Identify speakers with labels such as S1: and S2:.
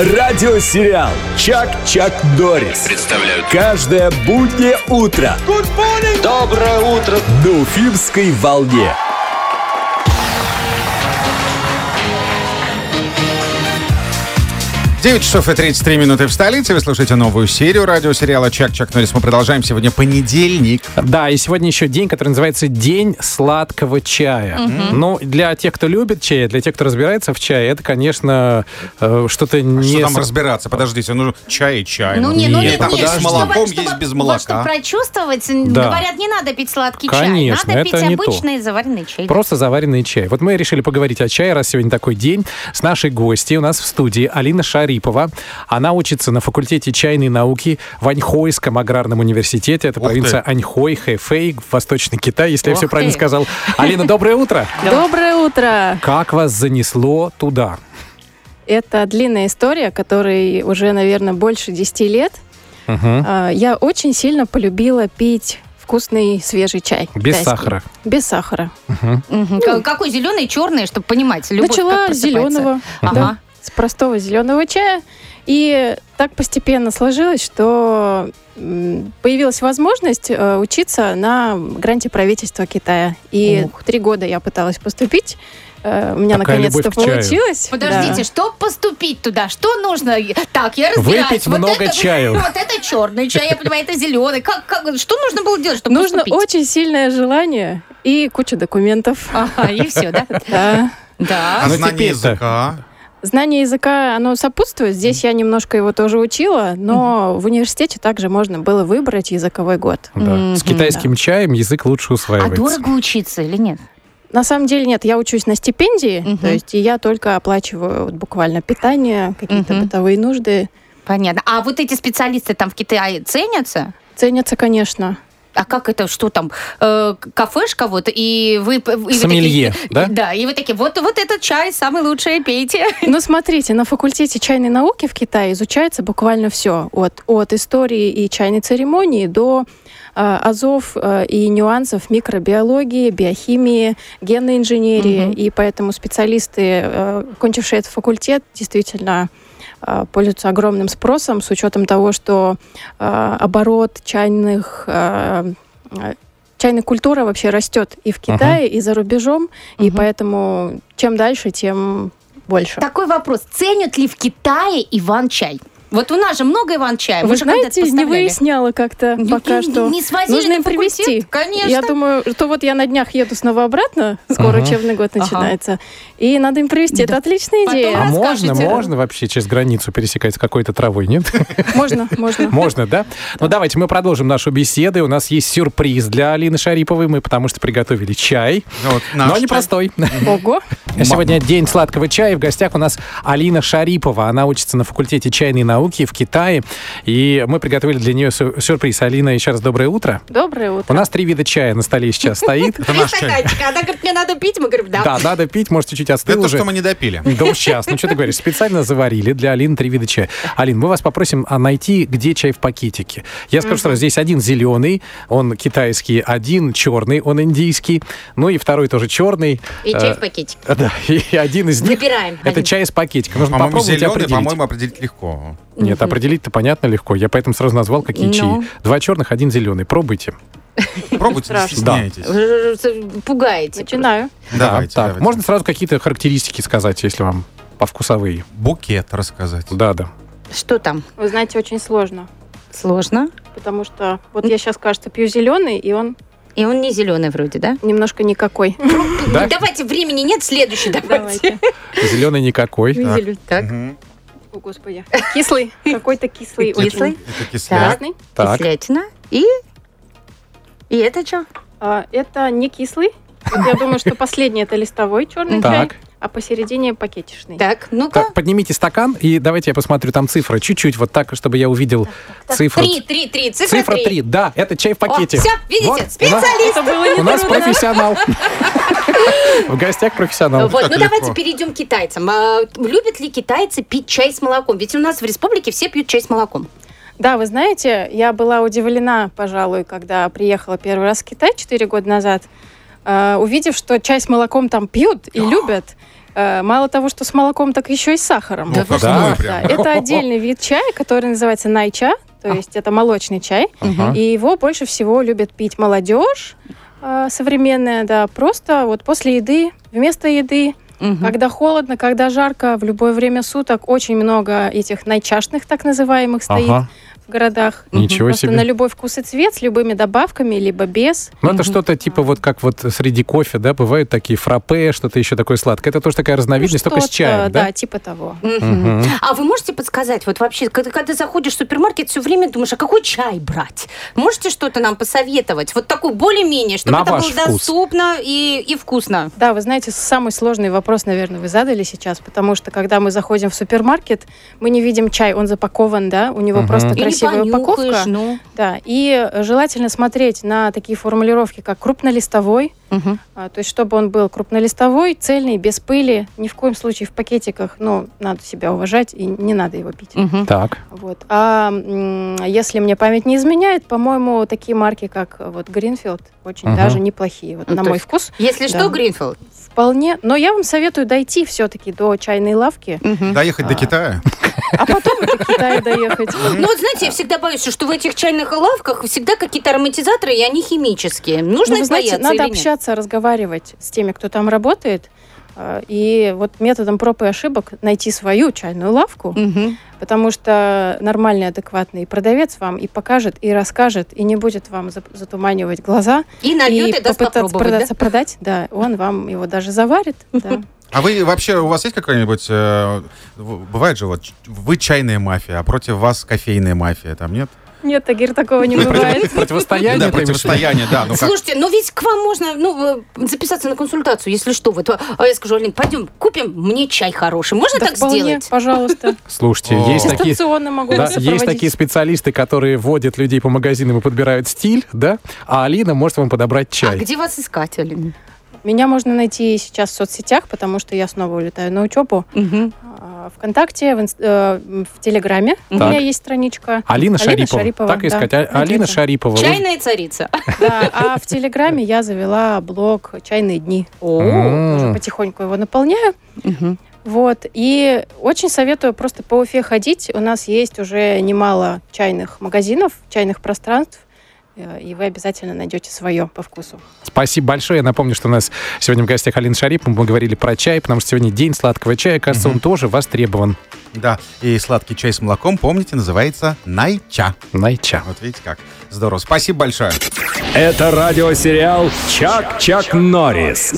S1: Радиосериал «Чак-Чак Дорис».
S2: Представляют
S1: Каждое буднее утро
S2: Доброе утро!
S1: на Уфимской волне.
S3: Девять часов и 33 минуты в столице. Вы слушаете новую серию радиосериала «Чак-Чак Норрис». Мы продолжаем. Сегодня понедельник.
S4: Да, и сегодня еще день, который называется День сладкого чая. Ну, для тех, кто любит чай, для тех, кто разбирается в чае, это, конечно, э, что-то
S3: А Что
S4: не...
S3: там
S4: со-
S3: разбираться? Подождите, ну чай и чай.
S5: Ну, не, ну,
S4: Нет,
S5: нет,
S3: там
S5: нет,
S3: есть с
S5: чтобы-
S3: молоком,
S5: чтобы-
S3: есть без
S5: вот
S3: молока.
S5: чтобы прочувствовать,
S4: Да.
S5: говорят, не надо пить сладкий
S4: Конечно,
S5: чай, надо
S4: это
S5: пить
S4: не то.
S5: обычный заваренный чай.
S4: Просто заваренный чай. Вот мы решили поговорить о чае, раз сегодня такой день. С нашей гостьей у нас в студии Алина Шарипова. Она учится на факультете чайной науки в Аньхойском аграрном университете. Это
S3: Ух ты.
S4: провинция Аньхой, Хэфэй, Восточный Китай, если я
S5: Ух
S4: все правильно
S5: ты.
S4: сказал. Алина, доброе утро!
S6: Доброе утро!
S4: Как вас занесло туда?
S6: Это длинная история, которой уже, наверное, больше 10 лет.
S4: Мгм.
S6: А, Я очень сильно полюбила пить вкусный свежий чай.
S4: Без
S6: китайский.
S4: сахара.
S6: Без сахара.
S4: Ну.
S5: Мгм. К- Какой зеленый, черный, чтобы понимать, любовь
S6: Начала
S5: как
S6: с
S5: просыпается.
S6: зеленого,
S5: Ага.
S6: с простого зеленого чая. И так постепенно сложилось, что м, появилась возможность э, учиться на гранте правительства Китая. И три года я пыталась поступить. Э, У меня
S4: Такая
S6: наконец-то
S4: любовь к чаю.
S6: получилось.
S5: Подождите,
S6: Да.
S5: чтобы поступить туда, что нужно? Так, я разбираюсь.
S4: Выпить
S5: Вот
S4: много
S5: это-
S4: чаю.
S5: Вот это черный чай, я понимаю, это зеленый. Как, как, что нужно было делать, чтобы
S6: Нужно
S5: поступить?
S6: очень сильное желание и куча документов.
S5: Ага, и все, да?
S6: Да.
S3: А
S5: Да.
S4: Ну,
S3: знание
S4: теперь-то.
S3: языка?
S6: Знание языка, оно сопутствует. Здесь я немножко его тоже учила, но в университете также можно было выбрать языковой год.
S4: Да. С
S5: Мгм,
S4: китайским чаем язык лучше
S5: А
S4: усваивается.
S5: дорого учиться или нет?
S6: На самом деле нет, я учусь на стипендии,
S5: Мгм.
S6: то есть и я только оплачиваю вот буквально питание, какие-то
S5: Мгм.
S6: бытовые нужды.
S5: Понятно. А вот эти специалисты там в Китае ценятся?
S6: Ценятся, конечно.
S5: А как это, что там, э, кафешка вот, и вы... и вы
S4: Сомелье,
S5: такие-
S4: да?
S5: Да, и вы такие, вот, вот этот чай самый лучший, пейте.
S6: Но Ну, смотрите, на факультете чайной науки в Китае изучается буквально все. От, от истории и чайной церемонии до э, азов э, и нюансов микробиологии, биохимии, генной инженерии.
S5: Мгм.
S6: И поэтому специалисты, э, кончившие этот факультет, действительно э, пользуются огромным спросом с учетом того, что э, оборот чайных э, э, чайная культура вообще растет и в Китае, и за рубежом, и
S5: Мгм.
S6: поэтому чем дальше, тем больше.
S5: Такой вопрос, ценят ли в Китае Иван-чай? Вот у нас же много Иван-чая.
S6: Вы,
S5: мы А же когда-то
S6: знаете, не
S5: поставляли.
S6: выясняла как-то
S5: Не-
S6: пока
S5: не-
S6: что.
S5: Не свозили
S6: Нужно
S5: на
S6: им привезти.
S5: факультет, Конечно.
S6: Я думаю, что вот я на днях еду снова обратно, скоро
S4: Ага.
S6: учебный год
S5: Ага.
S6: начинается, и надо им привезти. Это отличная
S5: Потом
S6: идея.
S4: А можно,
S5: Расскажите.
S4: можно вообще через границу пересекать с какой-то травой, нет?
S6: Можно, можно.
S4: Можно, да? Ну, давайте мы продолжим нашу беседу. У нас есть сюрприз для Алины Шариповой. Мы потому что приготовили чай,
S3: Ну, вот наш
S4: но
S3: чай.
S4: непростой.
S6: Ого.
S4: Сегодня день сладкого чая. и В гостях у нас Алина Шарипова. Она учится на факультете чайной науки в Китае. И мы приготовили для нее сю- сюрприз. Алина, еще раз доброе утро.
S6: Доброе утро.
S4: У нас три вида чая на столе сейчас стоит.
S3: Это наш чай.
S5: Она говорит, мне надо пить, мы говорим, да.
S4: Да, надо пить, может, чуть-чуть
S3: Это
S4: остыл
S3: то,
S4: уже.
S3: что мы не допили.
S4: Да уж сейчас, ну что ты говоришь, специально заварили для Алины три вида чая. Алин, мы вас попросим а, найти, где чай в пакетике. Я скажу сразу, здесь один зеленый, он китайский, один черный, он индийский, ну и второй тоже черный.
S5: И чай
S4: Э,
S5: в пакетике.
S4: Да, и один из них...
S5: Выбираем
S4: Это
S5: один.
S4: чай из пакетика. Нужно
S3: По-моему,
S4: попробовать и
S3: зеленый,
S4: определить.
S3: по-моему, определить легко.
S4: Нет, определить-то понятно легко. Я поэтому сразу назвал, какие
S5: Ну.
S4: чаи. Два черных, один зеленый. Пробуйте.
S3: Пробуйте, не
S6: страшно.
S3: стесняйтесь.
S5: Пугаете.
S6: Начинаю.
S3: Давайте,
S4: так,
S3: давайте.
S4: можно сразу какие-то характеристики сказать, если вам повкусовые.
S3: букет рассказать.
S4: Да-да.
S5: Что там?
S6: Вы знаете, очень сложно,
S5: Сложно.
S6: потому что вот я сейчас, кажется, пью зеленый, и он
S5: И он не зеленый вроде, да? Ну,
S6: немножко никакой.
S4: Да?
S5: Давайте, времени нет, следующий
S6: Давайте.
S4: Зеленый никакой.
S6: Видели?
S5: Так,
S3: Мгм.
S6: О, господи. Кислый. Какой-то кислый. очень.
S5: кислый,
S3: Это кислятина.
S6: Красный.
S4: Так.
S5: кислятина и... И это что?
S6: А, это не кислый. Вот я думаю, что последний это листовой черный чай,
S4: Так.
S6: а посередине пакетишный.
S5: Так, ну-ка.
S4: Так, поднимите стакан, и давайте я посмотрю там цифры. Чуть-чуть вот так, чтобы я увидел цифру.
S5: Три, три, три. Цифра,
S4: Цифра 3. Да, это чай в пакете.
S5: все, видите,
S4: Вот, у нас-
S5: специалист.
S6: Это было
S4: У нас
S6: нетрудно.
S4: профессионал. В гостях профессионал.
S5: Вот,
S3: как
S5: ну
S3: легко.
S5: давайте перейдем к китайцам. А, любят ли китайцы пить чай с молоком? Ведь у нас в республике все пьют чай с молоком.
S6: Да, вы знаете, я была удивлена, пожалуй, когда приехала первый раз в Китай 4 года назад, э, увидев, что чай с молоком там пьют и любят. э, мало того, что с молоком, так еще и с сахаром.
S3: Ну, как
S4: да.
S3: мы
S6: Да,
S3: прям.
S6: это отдельный вид чая, который называется найча, то есть это молочный чай.
S3: Ага.
S6: И его больше всего любят пить молодежь э, современная, да, просто вот после еды, вместо еды, когда холодно, когда жарко, в любое время суток очень много этих найчашных так называемых стоит
S4: Ага.
S6: в городах.
S4: Ничего
S6: Просто на
S4: себе.
S6: любой вкус и цвет, с любыми добавками, либо без.
S4: Ну, это что-то типа вот как вот среди кофе, да, бывают такие фраппе, что-то еще такое сладкое. Это тоже
S5: Ну,
S4: такая разновидность, только с
S6: Ну, Что-то,
S4: чаем, да?
S6: типа того.
S5: Мгм. А вы можете подсказать, вот вообще, когда, когда заходишь в супермаркет, все время думаешь, а какой чай брать? Можете что-то нам посоветовать? Вот такой более-менее, чтобы
S4: На
S5: это
S4: ваш
S5: было
S4: вкус.
S5: доступно и, и вкусно.
S6: Да, вы знаете, самый сложный вопрос, наверное, вы задали сейчас, потому что когда мы заходим в супермаркет, мы не видим чай, он запакован, да, у него
S4: Мгм.
S6: просто
S5: Или
S6: красивая
S5: понюхаешь,
S6: упаковка.
S5: ну.
S6: Да, и э, желательно смотреть на такие формулировки, как крупнолистовой, а, то есть чтобы он был крупнолистовой, цельный, без пыли, ни в коем случае в пакетиках, ну, надо себя уважать и не надо его пить.
S4: Так.
S6: Вот. А м, если мне память не изменяет, по-моему, такие марки, как э, вот Гринфилд, очень
S4: Мгм.
S6: даже неплохие, вот
S5: Ну,
S6: на
S5: то
S6: мой
S5: есть-
S6: вкус.
S5: Если
S6: Да.
S5: что, Гринфилд.
S6: Вполне. Но я вам советую дойти все-таки до чайной лавки,
S3: Доехать до Китая?
S6: а потом и до Китая доехать.
S5: Ну, вот знаете, я всегда боюсь, что в этих чайных лавках всегда какие-то ароматизаторы, и они химические. Нужно
S6: Ну, вы
S5: их
S6: знаете,
S5: бояться
S6: надо
S5: или нет?
S6: общаться, разговаривать с теми, кто там работает. а, И вот методом проб и ошибок найти свою чайную лавку,
S5: Мгм.
S6: потому что нормальный, адекватный продавец вам и покажет, и расскажет, и не будет вам за- затуманивать глаза,
S5: И нальет, и,
S6: и
S5: даст
S6: попытаться
S5: попробовать, да?
S6: продаться продать, да, он вам его даже заварит, да.
S3: А вы вообще, у вас есть какая-нибудь... э, в- бывает же, вот, ч- вы чайная мафия, а против вас кофейная мафия, там нет?
S6: Нет, Тагир, такого не бывает.
S4: Противостояние.
S3: да,
S4: ты имеешь в виду?
S3: противостояние, да. Ну как,
S5: Слушайте, но ведь к вам можно ну, э, записаться на консультацию, если что. Вот, а я скажу, Алин, пойдем купим мне чай хороший. Можно
S6: Да
S5: так
S6: вполне,
S5: сделать?
S6: пожалуйста.
S4: Слушайте,
S3: О.
S4: есть такие...
S6: Дистанционно могу
S4: Да,
S6: вас
S4: есть
S6: сопроводить.
S4: такие специалисты, которые водят людей по магазинам и подбирают стиль, да? А Алина может вам подобрать
S5: А
S4: чай.
S5: где вас искать, Алин?
S6: Меня можно найти сейчас в соцсетях, потому что я снова улетаю на учебу.
S5: Мгм.
S6: А, Вконтакте, в, инст- э, в Телеграме у
S4: Так. А?
S6: меня есть страничка.
S4: Алина,
S6: Алина
S4: Шарипова.
S6: Шарипова,
S4: Так
S6: да,
S4: искать. А- Алина
S6: найдёте.
S4: Шарипова.
S5: Чайная царица.
S6: Да, а в Телеграме я завела блог «Чайные дни». Уже
S4: М.
S6: потихоньку его наполняю.
S5: Мгм.
S6: Вот. И очень советую просто по Уфе ходить. У нас есть уже немало чайных магазинов, чайных пространств. э, И вы обязательно найдете свое по вкусу.
S4: Спасибо большое. Я напомню, что у нас сегодня в гостях Алина Шарипова. Мы говорили про чай, потому что сегодня день сладкого чая. Кажется, он тоже востребован.
S3: да, и сладкий чай с молоком, помните, называется найча.
S4: Найча.
S3: Вот видите как. Здорово. Спасибо большое.
S1: Это радиосериал «Чак-Чак Норрис».